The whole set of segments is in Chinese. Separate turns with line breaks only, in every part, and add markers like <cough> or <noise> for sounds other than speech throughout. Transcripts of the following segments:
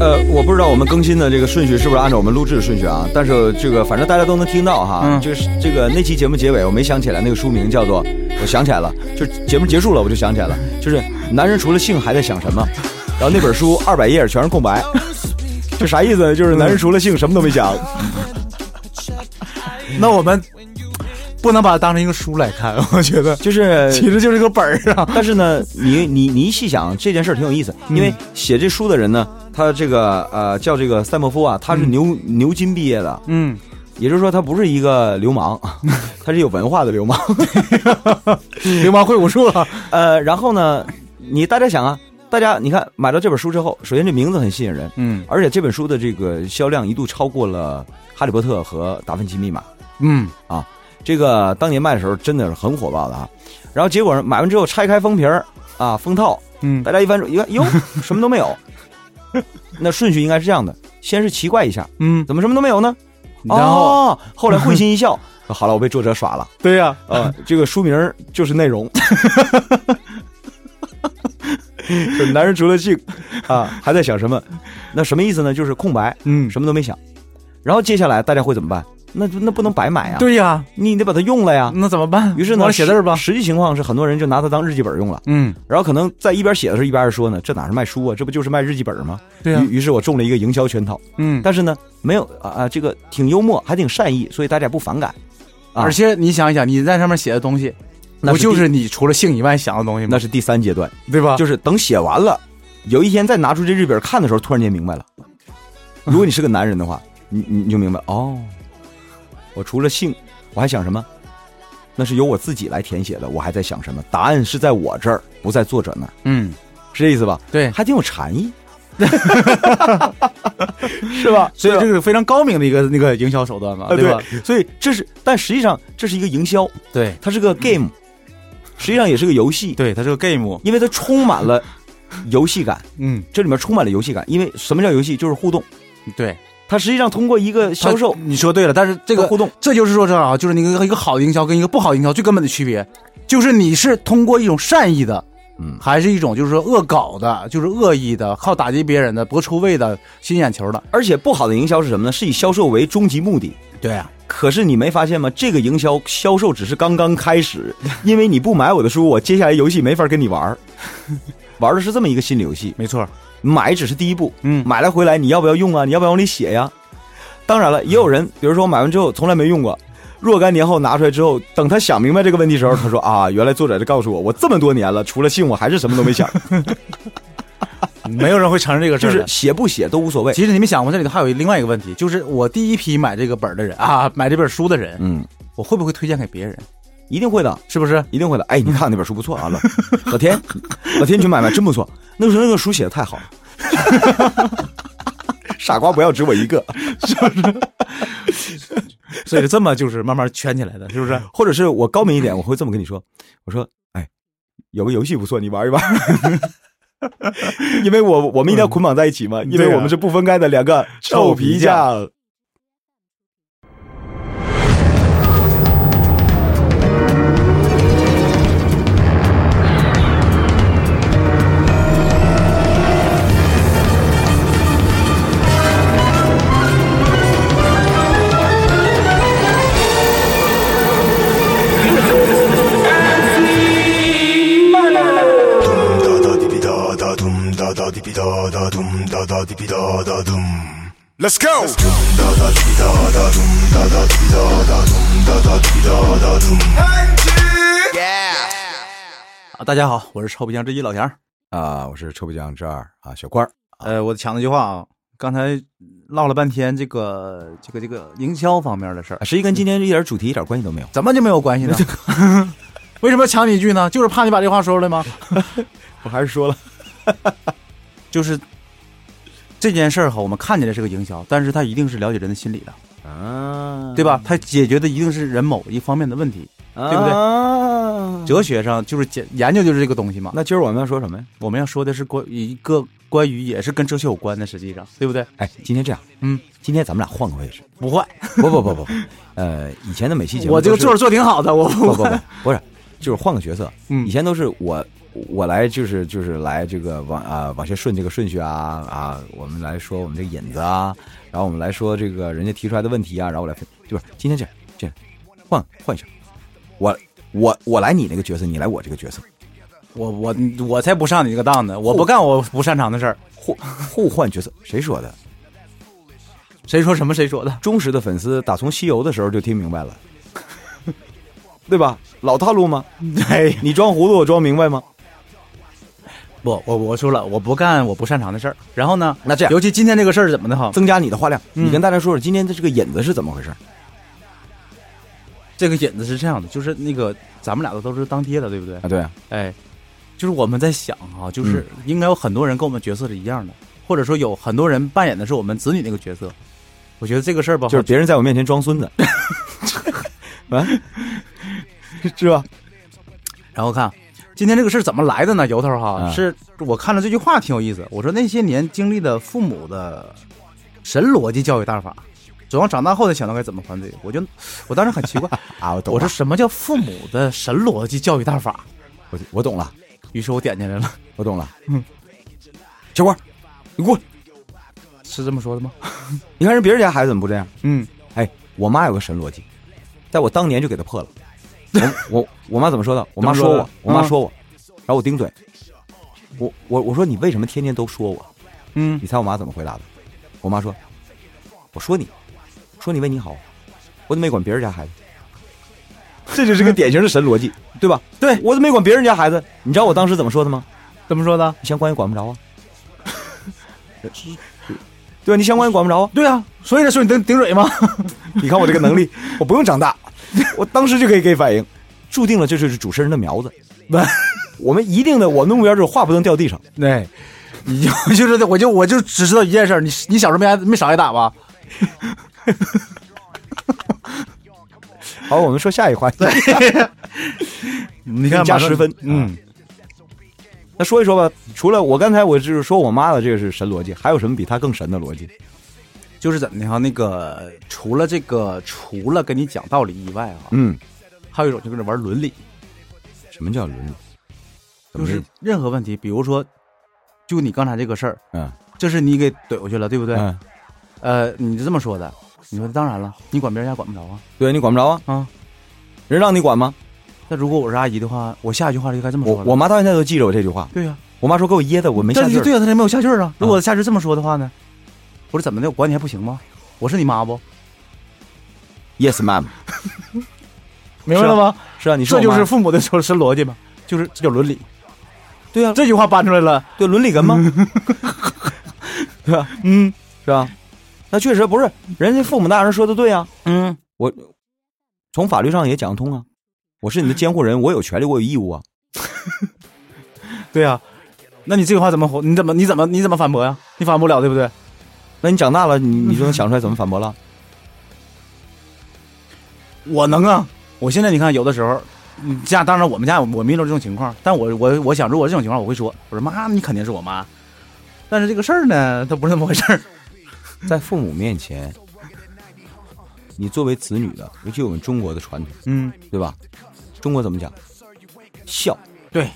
呃，我不知道我们更新的这个顺序是不是按照我们录制的顺序啊？但是这个反正大家都能听到哈。
嗯
就是这个那期节目结尾，我没想起来那个书名叫做，我想起来了，就节目结束了我就想起来了，就是男人除了性还在想什么？然后那本书二百页全是空白， <laughs> 就啥意思呢？就是男人除了性什么都没想。
那我们不能把它当成一个书来看，我觉得
就是
<laughs> 其实就是个本儿啊。
但是呢，你你你一细想这件事儿挺有意思，
嗯
因为写这书的人呢，他这个呃叫这个赛默夫啊，他是牛、牛津毕业的，
嗯，
也就是说他不是一个流
<laughs>
氓，他是有文化的流氓。
流氓会武术啊了。
呃，然后呢，你大家想啊，大家你看买到这本书之后，首先这名字很吸引人，
嗯
而且这本书的这个销量一度超过了《哈利波特》和《达芬奇密码》。
嗯，
这个当年卖的时候真的是很火爆的啊。然后结果买完之后拆开封皮儿啊封套，
嗯
大家一翻一看，哟，什么都没有。那顺序应该是这样的：先是奇怪一下，
嗯，
怎么什么都没有呢？
然后
哦、后来会心一笑，好了，我被作者耍了。
对呀、
啊，这个书名儿就是内容，就是男人除了性啊还在想什么？那什么意思呢？就是空白，
嗯，
什么都没想。然后接下来大家会怎么办？那那不能白买呀，啊
对呀、
你得把它用了呀。
那怎么办？
于是
往
呢，
里写字儿吧。
实际情况是，很多人就拿它当日记本用了，
嗯，
然后可能在一边写的时候一边还说呢，这哪是卖书啊，这不就是卖日记本吗？
对呀、
于于是我中了一个营销圈套，
嗯，
但是呢，没有啊啊，这个挺幽默，还挺善意，所以大家也不反感。啊
而且你想一想，你在上面写的东西，
那
不就
第
是你除了性以外想的东西
那
吗？
是第三阶段，
对吧？
就是等写完了，有一天再拿出这日本看的时候，突然间明白了。如果你是个男人的话，你你你就明白哦，我除了性，我还想什么？那是由我自己来填写的，我还在想什么？答案是在我这儿，不在作者那儿，
嗯，
是这意思吧？
对。
还挺有禅意，是吧？
所以
对
这
吧
<laughs> 是非常高明的一个那个营销手段嘛，
啊
对吧？
对，所以这是，但实际上这是一个营销，
对
它是个 game，实际上也是个游戏，
嗯对，它是个 game。
因为它充满了游戏感，
嗯，
这里面充满了游戏感。因为什么叫游戏？就是互动，
对，
它实际上通过一个销售
它你说对了，但是这
这
个
互动，
这就是说正好就是你一个一个好的营销跟一个不好的营销最根本的区别，就是你是通过一种善意的，
嗯，
还是一种就是说恶搞的，就是恶意的，靠打击别人的，博出位的，吸引眼球的。
而且不好的营销是什么呢？是以销售为终极目的。
对啊，
可是你没发现吗？这个营销销售只是刚刚开始，因为你不买我的书，我接下来游戏没法跟你玩儿，玩的是这么一个心理游戏。
没错。
买只是第一步，
嗯
买来回来你要不要用啊？你要不要往里写呀？当然了，也有人，比如说买完之后从来没用过，若干年后拿出来之后，等他想明白这个问题的时候，
<laughs>
他说啊，原来作者是告诉我，我这么多年了，除了性我还是什么都没
<laughs>
想，
没有人会承认这个事
就
儿
是
的。
写不写都无所谓。
其实你们想过，这里头还有另外一个问题，就是我第一批买这个本儿的人啊，买这本书的人，
嗯，
我会不会推荐给别人？
一定会的，
是不是？
一定会的。哎，你看那本书不错啊，老老
<laughs>
田，老田你去买买，真不错。那个时候那个书写的太好了， <laughs> 傻瓜不要只我一个。
所以这么就是慢慢圈起来的，是不是？
或者是我高明一点，我会这么跟你说，我说，哎，有个游戏不错，你玩一玩。 <laughs> 因为我我们一定要捆绑在一起嘛，因为
对啊
我们是不分开的两个臭皮匠。
Dum da da di da da dum da da di da da dum da da di da da dum. Let's go. Dum da da di da da dum da da di da da dum da da di da da dum.
啊，大家好，我是臭皮匠之一老田。
啊，我是臭皮匠之二啊，小官儿。
呃，我抢了句话啊，刚才唠了半天这个这个这个营销方面的事儿
啊，实际跟今天一点主题一点关系都没有。
怎么就没有关系呢？ <laughs> 为什么要抢你一句呢？就是怕你把这话说出来吗？
<laughs> 我还是说了，
就是这件事儿哈，我们看起来是个营销，但是它一定是了解人的心理的，
啊
嗯
啊
对吧？它解决的一定是人某一方面的问题。
对
不对
对
哲学上就是研研究就是这个东西嘛。
那今儿我们要说什么呀？
我们要说的是关一个关于也是跟哲学有关的，实际上对不对？
哎，今天这样，
嗯，
今天咱们俩换个位置。
不坏，
不不不不不，呃，以前的每期节目
我这个
都是
做做挺好的，我
不 <laughs> 不不，不是，就是换个角色。
嗯
以前都是我我来，就是就是来这个往啊、往下顺这个顺序啊啊，我们来说我们这个引子啊，然后我们来说这个人家提出来的问题啊，然后我来分，就是今天这样这样，换换一下，我我我来你那个角色，你来我这个角色，
我我我才不上你这个当呢，我不干我不擅长的事儿。
互互换角色，谁说的？
谁说什么谁说的？
忠实的粉丝打从西游的时候就听明白了， <laughs> 对吧？老套路吗？
对，
你装糊涂，我装明白吗？
不，我我说了，我不干我不擅长的事儿。然后呢，
那这样
尤其今天这个事儿怎么的哈？
增加你的话量，
嗯
你跟大家说说今天的这个引子是怎么回事？
这个引子是这样的，就是那个咱们俩都都是当爹的，对不对？
啊，对啊，
哎，就是我们在想哈、就是应该有很多人跟我们角色是一样的，或者说有很多人扮演的是我们子女那个角色。我觉得这个事儿吧，
就是别人在我面前装孙 <laughs> 子，啊， <laughs> 是吧？
然后看今天这个事儿怎么来的呢？由头哈，
嗯
是我看了这句话挺有意思。我说那些年经历的父母的神逻辑教育大法，总要长大后才想到该怎么还嘴。我就我当时很 <laughs> 奇怪，
啊，我懂
我
了
说，什么叫父母的神逻辑教育大法？
我我懂了，
于是我点进来了，
我懂了。
嗯，
小郭，你过来，
<laughs> 是这么说的吗？
你看人别人家孩子怎么不这样？
嗯，
哎，我妈有个神逻辑，在我当年就给她破了。我我我妈怎么说的？我妈
怎么
说
说的
我，我妈
嗯
说我，然后我顶嘴。我我我说你为什么天天都说我？
嗯
你猜我妈怎么回答的？我妈说：“我说你，说你为你好，我怎么没管别人家孩子？ <laughs> 这就是个典型的神逻辑，对吧？
对
我怎么没管别人家孩子？你知道我当时怎么说的吗？
怎么说的？
你想管也管不着啊， <laughs> 对吧？你想管也管不着啊！
对啊，所以才说你顶顶嘴吗？
你看我这个能力，我不用长大，我当时就可以给反应，注定了这就是主持人的苗子。我们一定的，我们的目标就是话不能掉地上。
<laughs> 对，你就就是我就我就只知道一件事儿，你你小时候没挨没少挨打吧？
好，我们说下一话题，
你
加十分
嗯，
那说一说吧。除了我刚才我就是说我妈的这个是神逻辑，还有什么比她更神的逻辑？
就是怎么的哈？那个除了这个，除了跟你讲道理以外啊，
嗯，
还有一种就是玩伦理，
什么叫伦理？怎
就
么
是任何问题，比如说，就你刚才这个事儿，
嗯
这是你给怼回去了，对不对？
嗯，
呃，你就这么说的，你说当然了，你管别人家管不着啊
对你管不着啊，
啊。
人让你管吗？
那如果我是阿姨的话，我下一句话就该这么
我
说了。
我妈到现在都记着我这句话。
对呀、
我妈说给我噎的，我没下
但
劲
是
儿。嗯
对呀、他这没有下句儿啊。如果下句这么说的话呢，我说怎么的，我管你还不行吗？我是你妈不？
Yes, ma'am。
明
白了
吗？
是啊，你说
这
我
就
妈
是父母的神逻辑嘛，就是这叫伦理。
对呀、
这句话搬出来了，
对伦理根
<laughs>
吗？对吧？
嗯
是吧？那确实不是，人家父母大人说的对啊，
嗯，
从法律上也讲得通啊。我是你的监护人，我有权利，我有义务啊。
对呀、那你这句话怎么回？你怎么你怎么你怎么反驳呀、你反驳不了，对不对？
那你长大了，你你就能想出来怎么反驳了？
我能啊！我现在你看，有的时候，嗯家当然我们家我没遇到这种情况，但我我我想，如果这种情况，我会说，我说妈，你肯定是我妈。但是这个事儿呢，它不是那么回事儿。
在父母面前，你作为子女的，尤其我们中国的传统，
嗯，
对吧？中国怎么讲？孝，
对，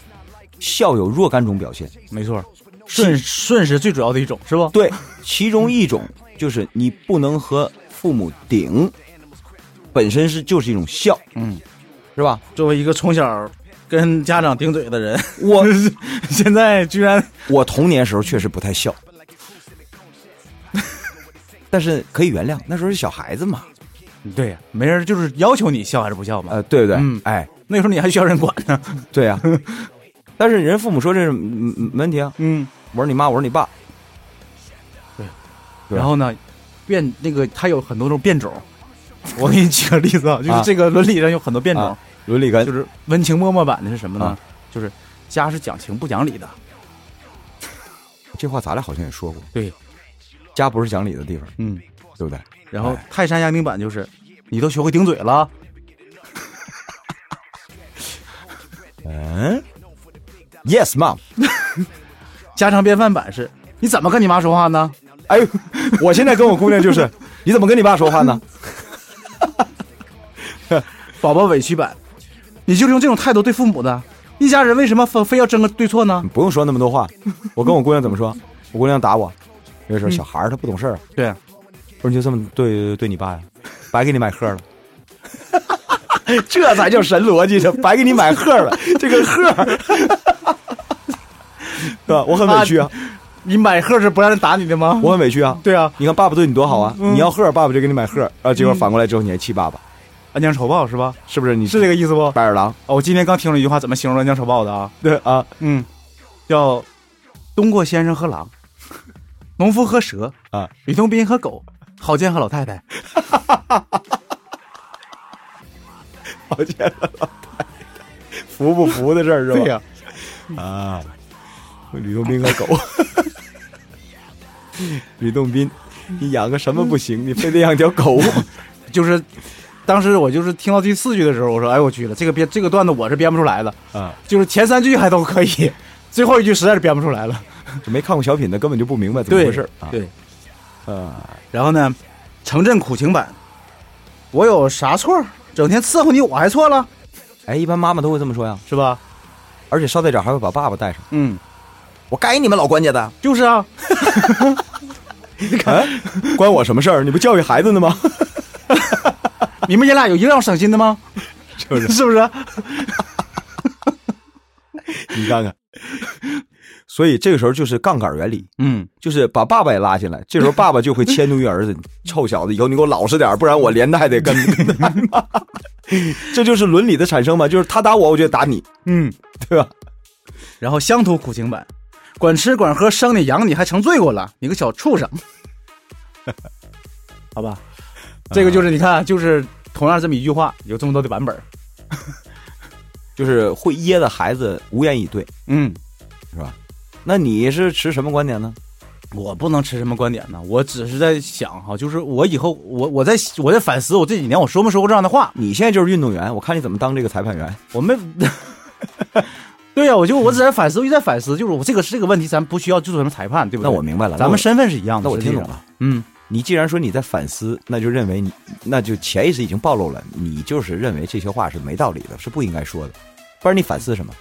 孝有若干种表现，
没错，顺顺是最主要的一种，是不？
对，其中一种就是你不能和父母顶，本身是就是一种孝，
嗯，
是吧？
作为一个从小跟家长顶嘴的人，
我
<laughs> 现在居然
我童年时候确实不太孝， <laughs> 但是可以原谅，那时候是小孩子嘛，
对呀、没人就是要求你笑还是不笑嘛。
呃，对不对？
嗯
哎，
那时候你还需要人管呢。
对 <laughs> 呀、但是人父母说这是嗯嗯问题啊，
嗯，
我是你妈，我是你爸，对
然后呢，变那个它有很多种变种。 <laughs> 我给你举个例子啊，就是这个伦理上有很多变种，
啊伦理根
就是温情脉脉版的是什么呢？
啊
就是家是讲情不讲理的。
这话咱俩好像也说过，
对，
家不是讲理的地方，
嗯。
对不对？
然后
哎
泰山压顶版就是，你都学会顶嘴了，
嗯，Yes mom，
家常便饭版是，你怎么跟你妈说话呢？
哎呦， <laughs> 我现在跟我姑娘就是， <laughs> 你怎么跟你爸说话呢？ <laughs>
宝宝委屈版，你就是用这种态度对父母的，一家人为什么非非要争个对错呢？
不用说那么多话，我跟我姑娘怎么说？我姑娘打我，有时候小孩儿他不懂事儿啊，
对，
不是你就这么对对你爸呀， <laughs> 白给你买鹤了。
这
咱叫神逻辑，这白给你买鹤了，这个鹤儿， <laughs> 是吧？我很委屈啊，
你买鹤是不让人打你的吗？
我很委屈啊。
对啊，
你看爸爸对你多好啊，你要鹤，爸爸就给你买鹤，啊，结果反过来之后你还气爸爸，
恩将仇啊报是吧？
是不是？你
是这个意思不？
白眼狼，
哦，我今天刚听了一句话，怎么形容恩将仇报的啊？
<laughs> 对 <laughs> 啊，
嗯，叫东郭先生和狼， <laughs> 农夫和蛇
啊，
吕洞宾和狗，郝建和老太太。
抱歉了，老太太，服不服的事儿是吧？
对呀、
啊，吕洞宾和狗。 <laughs> 吕洞宾，你养个什么不行？你非得养条狗？
就是当时我就是听到第四句的时候，我说：“哎呦我去了，这个编这个段子我是编不出来的，
啊，
就是前三句还都可以，最后一句实在是编不出来了。
就没看过小品的根本就不明白”怎么
对，
回事儿啊。
对，
啊，
然后呢，城镇苦情版，我有啥错儿？整天伺候你，我还错了
哎，一般妈妈都会这么说呀，
是吧？
而且捎带脚还会把爸爸带上。
嗯，
我该你们老关家的，
就是
<laughs>
啊，
哎，关我什么事儿？你不教育孩子呢吗？
你们爷俩有一个让我省心的吗？
<laughs> 是不是？
<laughs> 是不是？
你看 <laughs> 看，所以这个时候就是杠杆原理，
嗯，
就是把爸爸也拉进来。这时候爸爸就会迁怒于儿子：“ <laughs> 臭小子，以后你给我老实点儿，不然我连带得跟。 <laughs> 跟着挨骂”这就是伦理的产生嘛，就是他打我，我就得打你，
嗯，
对吧？
然后乡土苦情版，管吃管喝生你养你还成罪过了，你个小
<laughs>
畜生，好吧，这个就是
啊
你看，就是同样这么一句话，有这么多的版本，
就是会噎的孩子无言以对，
嗯，
是吧？那你是持什么观点呢？
我不能持什么观点呢，我只是在想哈，就是我以后我我在我在反思我这几年我说没说过这样的话，
你现在就是运动员，我看你怎么当这个裁判员。
我没。 <laughs> 对呀、我就我只在反思，我一直在反思，就是我这个这个问题，咱不需要做什么裁判，对不对？
那我明白了，那
咱们
我
身份是一样的，
那我
实际
听懂
上
了。
嗯，
你既然说你在反思，那就认为你，那就潜意识已经暴露了，你就是认为这些话是没道理的，是不应该说的。不然你反思什
嗯
么？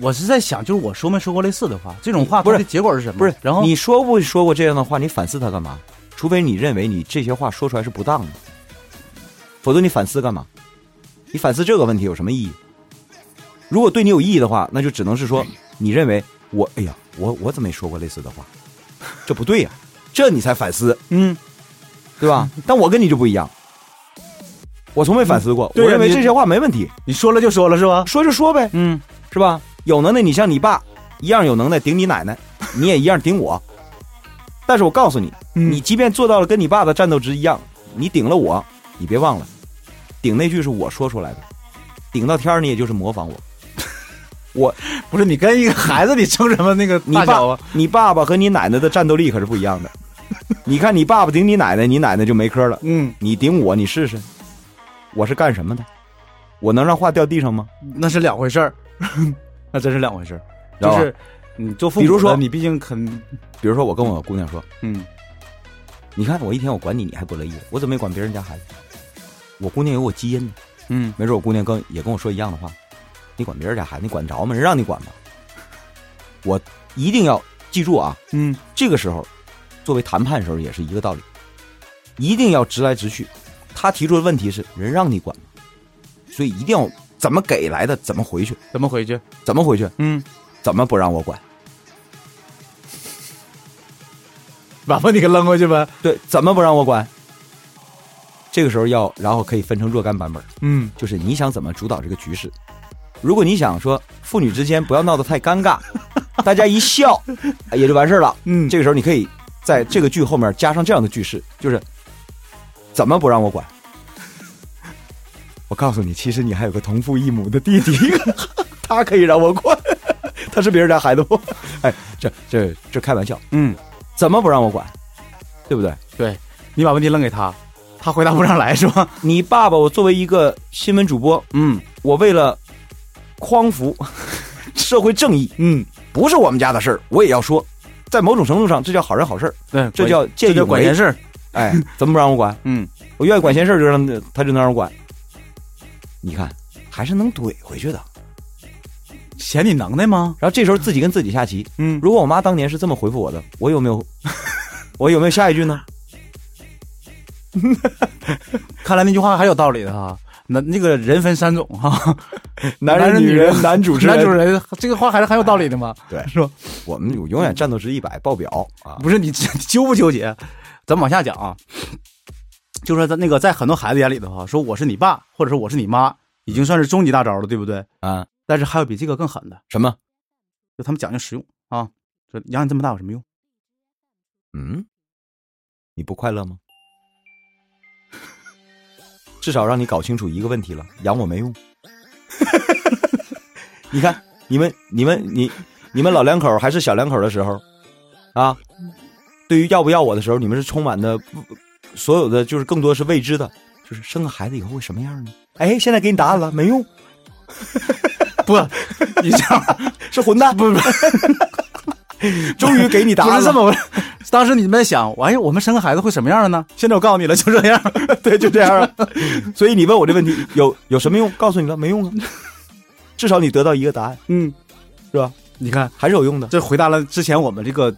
我是在想，就是我说没说过类似的话，这种话
不是
它的结果是什么？
不是，
然后
你说不说过这样的话，你反思它干嘛？除非你认为你这些话说出来是不当的，否则你反思干嘛？你反思这个问题有什么意义？如果对你有意义的话，那就只能是说你认为我，哎呀，我我怎么没说过类似的话？这不对呀、这你才反思，
嗯，
对吧？ <laughs> 但我跟你就不一样，我从没反思过，
对
我
呀
认为
你
这些话没问题，
你说了就说了是吧？
说就说呗，
嗯，
是吧？有能耐你像你爸一样有能耐顶你奶奶，你也一样顶我。 <laughs> 但是我告诉你，
嗯
你即便做到了跟你爸的战斗值一样，你顶了我，你别忘了，顶那句是我说出来的，顶到天儿你也就是模仿我。
不是你跟一个孩子你争什么那个
你
大小
爸
啊？、
你爸爸和你奶奶的战斗力可是不一样的。 <laughs> 你看你爸爸顶你奶奶，你奶奶就没嗑了。
嗯，
你顶我，你试试，我是干什么的？我能让话掉地上吗？
那是两回事儿， <laughs> 那真是两回事儿。
知道
就
吧
是你做父母的，
比如说
你毕竟肯，
比如说我跟我姑娘说，
嗯，
你看我一天我管你，你还不乐意，我怎么没管别人家孩子？我姑娘有我基因呢，
嗯，
没准我姑娘跟也跟我说一样的话，你管别人家孩子，你管着吗？人让你管吗？我一定要记住啊，
嗯，
这个时候，作为谈判的时候也是一个道理，一定要直来直去。他提出的问题是人让你管吗？所以一定要怎么给来的怎么回去，
怎么回去？
怎么回去，
嗯，
怎么不让我管？
把问题给扔过去呗。
对，怎么不让我管？这个时候要，然后可以分成若干版本，
嗯
就是你想怎么主导这个局势。如果你想说父女之间不要闹得太尴 <laughs> 尬，大家一笑哎也就完事儿了。
嗯，
这个时候你可以在这个句后面加上这样的句式，就是怎么不让我管？ <laughs> 我告诉你，其实你还有个同父异母的弟弟， <laughs> 他可以让我管， <laughs> 他是别人家孩子不？哎，这这这开玩笑，
嗯，
怎么不让我管？对不对？
对你把问题扔给他，他回答不上来是吧？
你爸爸，我作为一个新闻主播，
嗯
我为了匡扶 <laughs> 社会正义，
嗯，
不是我们家的事儿，我也要说。在某种程度上，这叫好人好事儿，
对，
这叫见义
这叫
勇
管
为
闲。事儿，
<laughs> 哎，怎么不让我管？
嗯，
我愿意管闲事儿，就让他他就能让我管。你看，还是能怼回去的。
嫌你能耐吗？
然后这时候自己跟自己下棋，
嗯，
如果我妈当年是这么回复我的，我有没有， <laughs> 我有没有下一句
<laughs>
呢？
看来那句话还有道理的哈。那那个人分三种哈，
男
人女人
男主
男主人这个话还是很有道理的嘛？
对
是吧？
我们永远战斗值一百爆表啊！
不是你纠不纠结？咱们往下讲啊，就说在那个在很多孩子眼里的话，说我是你爸，或者说我是你妈，已经算是终极大招了，对不对？
啊，
但是还有比这个更狠的，
什么？
就他们讲究实用啊，说养你这么大有什么用？ <laughs>
嗯，你不快乐
<laughs>
吗？至少让你搞清楚一个问题了，养我没用。 <laughs> 你看，你们、你们、你、你们老两口还是小两口的时候，啊，对于要不要我的时候，你们是充满的不所有的，就是更多是未知的，就是生个孩子以后会什么样呢？哎，现在给你答案了，没用，
不，你这样
是混
<laughs>
蛋， <laughs> 不是，终于给你答
不
案
是
了
这。么回事。当时你们在想，哎呀，我们生个孩子会什么样的呢？现在我告诉你了，就这样。 <laughs>
对，就这样啊。所以你问我这问题有有什么用？告诉你了， <laughs> 没用啊。至少你得到一个答案，
嗯，
是吧？
你看，
还是有用的。
这回答了之前我们这个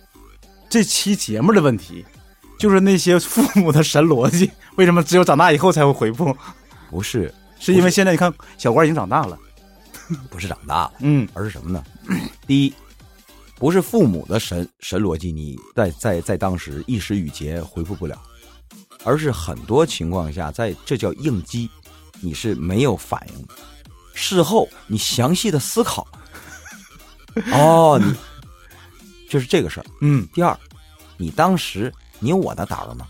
这期节目的问题，就是那些父母的神逻辑，为什么只有长大以后才会回复？
不是，
是因为现在你看小官已经长大了，
不是长大了，
嗯，
而是什么呢？第一，不是父母的神神逻辑，你在在在当时一时语结回复不了，而是很多情况下，在这叫应激，你是没有反应的。事后你详细的思考，哦，你 <laughs> 就是这个事儿。
嗯，
第二，你当时你有我的打了吗？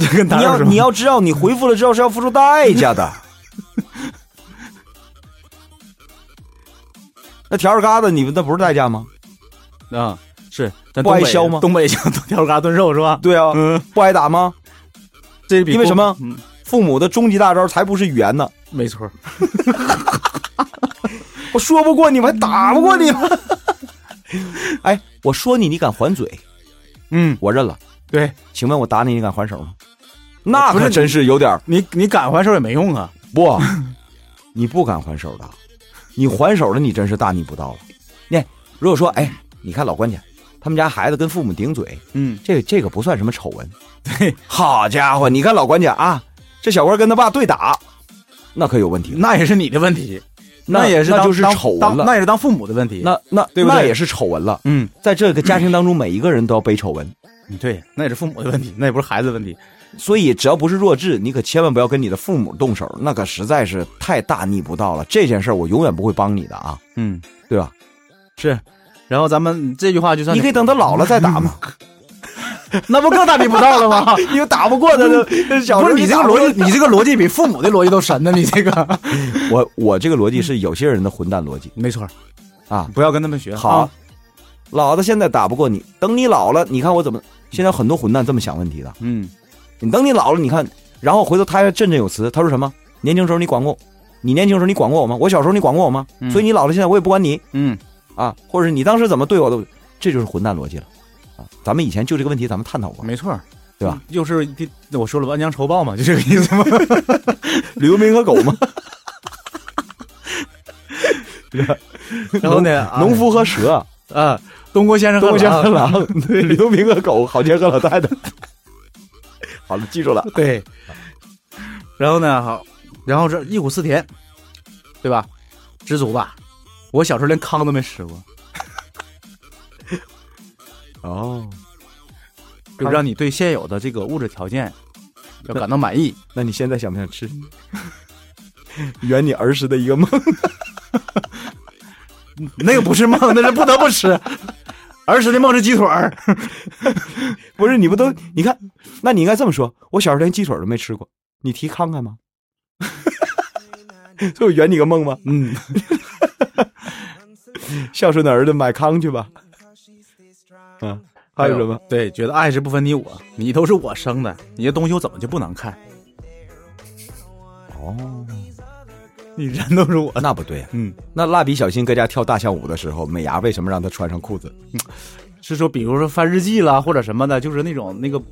这跟
嗯 <laughs> 你要你要知道，你回复了之后是要付出代价的。 <laughs> 那条儿疙瘩，你们那不是代价吗？
要啊、是咱
不
东
爱
北
削吗
东北叫吊嘎炖肉是吧？
对啊，
嗯，
不挨打吗？
这比
因为什么
嗯，
父母的终极大招才不是语言呢！
没错，
我说不过你们，还打不过你们。 <laughs> 哎，我说你，你敢还嘴，
嗯，
我认了。
对
请问我打你，你敢还手吗？那
不是
可
你
真是有点儿
你你敢还手也没用啊，
不， <laughs> 你不敢还手的，你还手了，你真是大逆不道了。那如果说，哎，你看老关家，他们家孩子跟父母顶嘴，
嗯，
这这个不算什么丑
<laughs>
闻。对，好家伙，你看老关家啊，这小官跟他爸对打，那可有问题了，
那也是你的问题，
那
也是
那
当
就是
当
丑闻
当
了
那也是当父母的问题，
那那
对不对
那也是丑闻了。
嗯。
在这个家庭当中，每一个人都要背丑闻，
嗯对，那也是父母的问题，那也不是孩子的问题。
所以只要不是弱智，你可千万不要跟你的父母动手，那可实在是太大逆不道了。这件事儿我永远不会帮你的啊，
嗯，
对吧？
是。然后咱们这句话就算
你可以等他老了再打 <laughs> 嘛。
那不更大逆不道了
<laughs>
吗？
因为打不过他，就小时
不
候
是你这个逻辑，你这个逻辑比父母的逻辑都神呢，你这
<laughs>
个
辑，我我这个逻辑是有些人的混蛋逻辑
没错，
啊。
不要跟他们学。
好，老子现在打不过你，等你老了，你看我怎么？现在有很多混蛋这么想问题的。
嗯，
你等你老了，你看，然后回头他还振振有词，他说什么？年轻时候你管过，你年轻时候你管过我吗？我小时候你管过我吗？
嗯
所以你老了，现在我也不管你
嗯
啊，或者是你当时怎么对我的，这就是混蛋逻辑了啊。咱们以前就这个问题咱们探讨过
嗯，，没错，
对吧？
又是第我说了吧，恩将仇报嘛，就这个意思嘛。
刘明和狗 <laughs> 嘛，
然后呢，
<laughs>
啊
农夫和蛇，
啊，东郭
<laughs>
先生和
东
啊
郭先生和
狼
狼， <laughs> 对，刘啊明和狗，郝杰和老太太。 <laughs> 好了，记住了。
<laughs> 对。然后呢，好，然后这忆苦思甜，对吧？知足吧。我小时候连糠都没吃过，
哦，
就让你对现有的这个物质条件要感到满意。
那你现在想不想吃？圆你儿时的一 <laughs> 个梦。
那个不是梦，那是不得不吃。 <laughs> 儿时的梦是鸡腿儿，
不是，你不都你看？那你应该这么说：我小时候连鸡腿都没吃过，你提看看吗？ <laughs> 所以我圆你个梦吗？
嗯，
孝顺的儿子买糠去吧。嗯，还有什么？？
哎对，觉得爱是不分你我，你都是我生的，你这东西我怎么就不能看？
哦，
你人都是我的，
那不对呀、
嗯，
那蜡笔小新搁家跳大象舞的时候，美伢为什么让他穿上裤子？
是说比如说翻日记啦或者什么的，就是那种那个，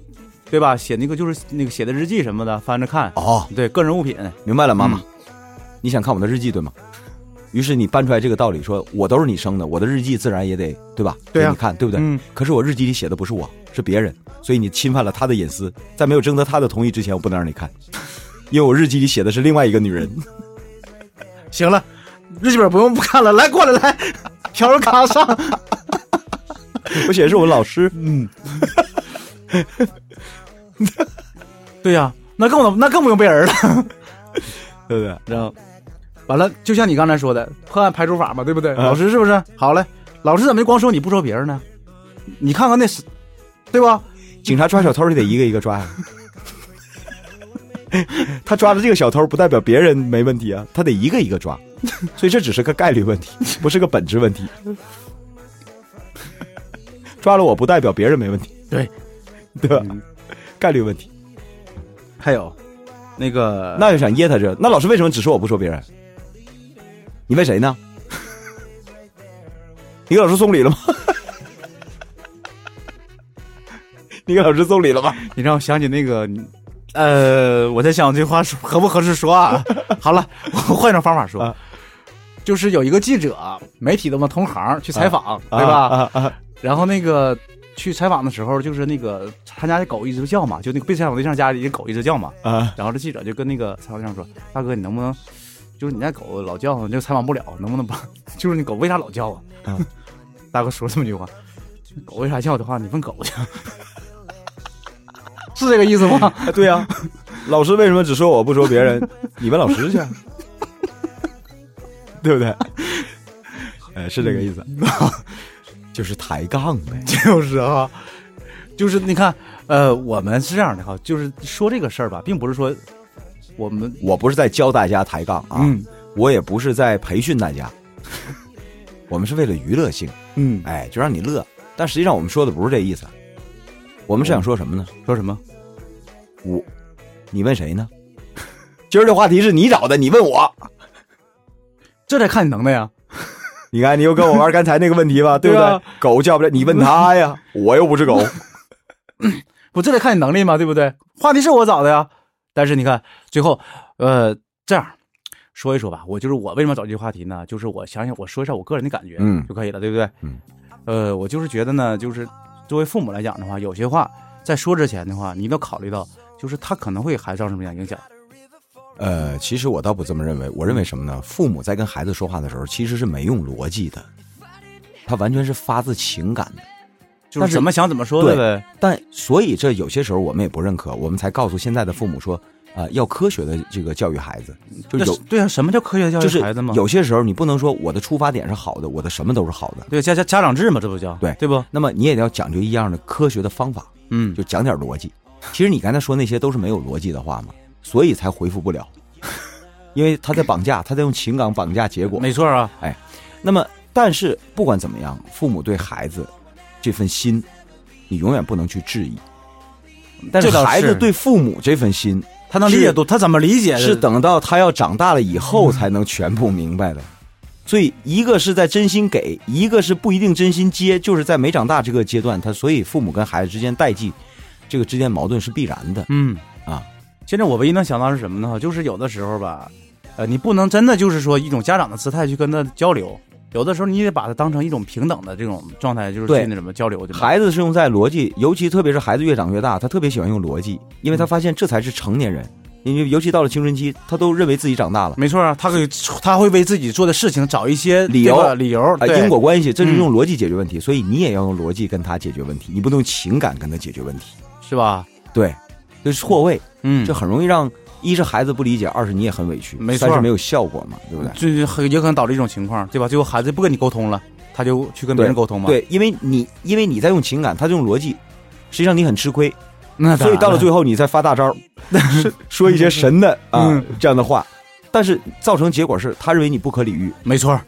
对吧？写那个就是那个写的日记什么的，翻着看，
哦，
对，个人物品，
明白了，妈妈，
嗯
你想看我的日记对吗？于是你搬出来这个道理，说我都是你生的，我的日记自然也得对吧？
对呀
给你看对不对？
嗯
可是我日记里写的不是我，是别人，所以你侵犯了他的隐私，在没有征得他的同意之前，我不能让你看，因为我日记里写的是另外一个女人。
<laughs> 行了，日记本不用不看了，来过来来，条儿咔上，
我写的是我老师，
嗯对呀、那更不那更不用背人了，
对不对？
然后完了，就像你刚才说的，破案排除法嘛，对不对？
嗯
老师是不是？好嘞，老师怎么就光说你不说别人呢？你看看那是，对吧？
警察抓小偷就得一个一个抓呀。 <laughs> 他抓的这个小偷不代表别人没问题啊，他得一个一个抓，所以这只是个概率问
<laughs>
题，不是个本质问题。 <laughs> 抓了我不代表别人没问题，
对，嗯
对吧？概率问题。
还有那个
那就想噎他这，那老师为什么只说我不说别人？你问谁呢？ <laughs> 你给老师送
<laughs>
礼了吗？你给老师送礼了吗？
你让我想起那个，呃，我在想这话说合不合适说 <laughs> 啊？好了，我换一种方法说，
啊
就是有一个记者，媒体的嘛同行去采访，对吧？
啊啊啊
然后那个去采访的时候，就是那个他家的狗一直叫嘛，就那个被采访对象家里的狗一直叫嘛。
啊
然后这记者就跟那个采访对象说：“大哥，你能不能，就是你家狗老叫，就采访不了，能不能把， <laughs> 就是你狗为啥老叫啊？”
嗯
<laughs> 大哥说这么一句话：“狗为啥叫的话，你问狗去。” <laughs> 是这个意思吗？
<laughs> 啊，对呀、老师为什么只说我不说别 <laughs> 人？你问老师去啊，对不嗯对？ <laughs> 哎，是这个意思， <laughs> 就是抬杠呗。
<laughs> 就是啊，就是你看，呃，我们是这样的哈，就是说这个事儿吧，并不是说我们
我不是在教大家抬杠啊，
嗯
我也不是在培训大 <laughs> 家，我们是为了娱乐性，
嗯
哎，就让你乐。但实际上我们说的不是这意思，我们是想说什么呢？
说什么
我，你问谁呢？ <laughs> 今儿这话题是你找的，你问我。
这得看你能耐啊呀。
你看，你又跟我玩刚才那个问题吧，对不对？
对啊
狗叫不了，你问他呀，我又不是狗。
不，这得看你能力嘛，对不对？话题是我找的呀，但是你看最后，呃，这样说一说吧，我就是我为什么找这个话题呢？就是我想想，我说一下我个人的感觉，
嗯
就可以了，对不对？
嗯，
呃，我就是觉得呢，就是作为父母来讲的话，有些话在说之前的话，你一定要考虑到，就是他可能会还造成什么样影响。
呃，其实我倒不这么认为，我认为什么呢？父母在跟孩子说话的时候，其实是没用逻辑的，他完全是发自情感的。
就
但
是
是
怎么想怎么说的呗，
但所以这有些时候我们也不认可，我们才告诉现在的父母说，呃，要科学的这个教育孩子，就
那
有
是对啊，什么叫科学教
就
育
是
孩子嘛？
有些时候你不能说我的出发点是好的，我的什么都是好的，
对家家家长制嘛，这不叫
对
对不？
那么你也要讲究一样的科学的方法。
嗯，
就讲点逻辑。其实你刚才说那些都是没有逻辑的话嘛，所以才回复不了， <laughs> 因为他在绑架，他在用情感绑架结果。
没错啊，
那么，但是不管怎么样，父母对孩子这份心，你永远不能去质疑。但
这倒
孩子
是
对父母这份心，
他能理解
是
多，他怎么理解
是等到他要长大了以
嗯
后才能全部明白的。所以，一个是在真心给，一个是不一定真心接，就是在没长大这个阶段，他所以父母跟孩子之间代际，这个之间矛盾是必然的。
嗯
啊，
现在我唯一能想到是什么呢？就是有的时候吧，呃，你不能真的就是说一种家长的姿态去跟他交流，有的时候你得把他当成一种平等的这种状态，就是
对
去那什么交流去吧。
孩子是用在逻辑，尤其特别是孩子越长越大，他特别喜欢用逻辑，因为他发现这才是成年人。因为尤其到了青春期，他都认为自己长大了。
没错啊，他会他会为自己做的事情找一些
理由
这个理由，
啊，
对
因果关系，这就是用逻辑解决问题，所以你也要用逻辑跟他解决问题，你不能用情感跟他解决问题。
是吧？
对，这是错位，
嗯，
这很容易让一是孩子不理解，二是你也很委屈，
没错嗯
三是没有效果嘛，对不对？
这很也可能导致一种情况，对吧？最后孩子不跟你沟通了，他就去跟别人沟通嘛。，
对，因为你因为你在用情感，他在用逻辑，实际上你很吃亏，
那
所以到了最后，你再发大
<laughs>
招，是说一些神的啊
嗯
这样的话，但是造成结果是他认为你不可理喻，
没错儿，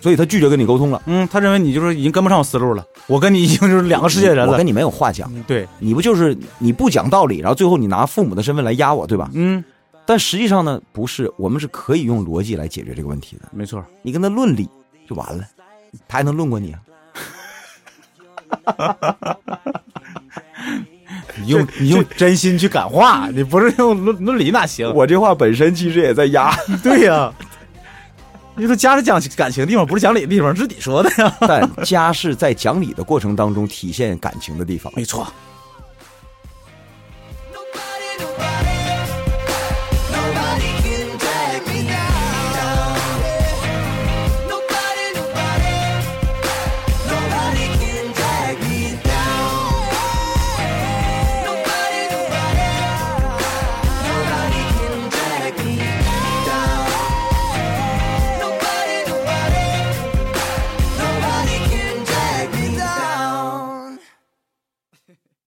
所以他拒绝跟你沟通了。
嗯，他认为你就是已经跟不上我思路了，我跟你已经就是两个世界人
我
了
跟。你没有话讲，
嗯对，
你不就是你不讲道理，然后最后你拿父母的身份来压我，对吧？
嗯，
但实际上呢，不是，我们是可以用逻辑来解决这个问题的。
没错，
你跟他论理就完了，他还能论过你啊？ <laughs> 你用你用
真心去感化，你不是用论论理哪行
我这话本身其实也在压，
对呀、你说家是讲感情的地方，不是讲理的地方，这是你说的呀。
但家是在讲理的过程当中体现感情的地方。
没错，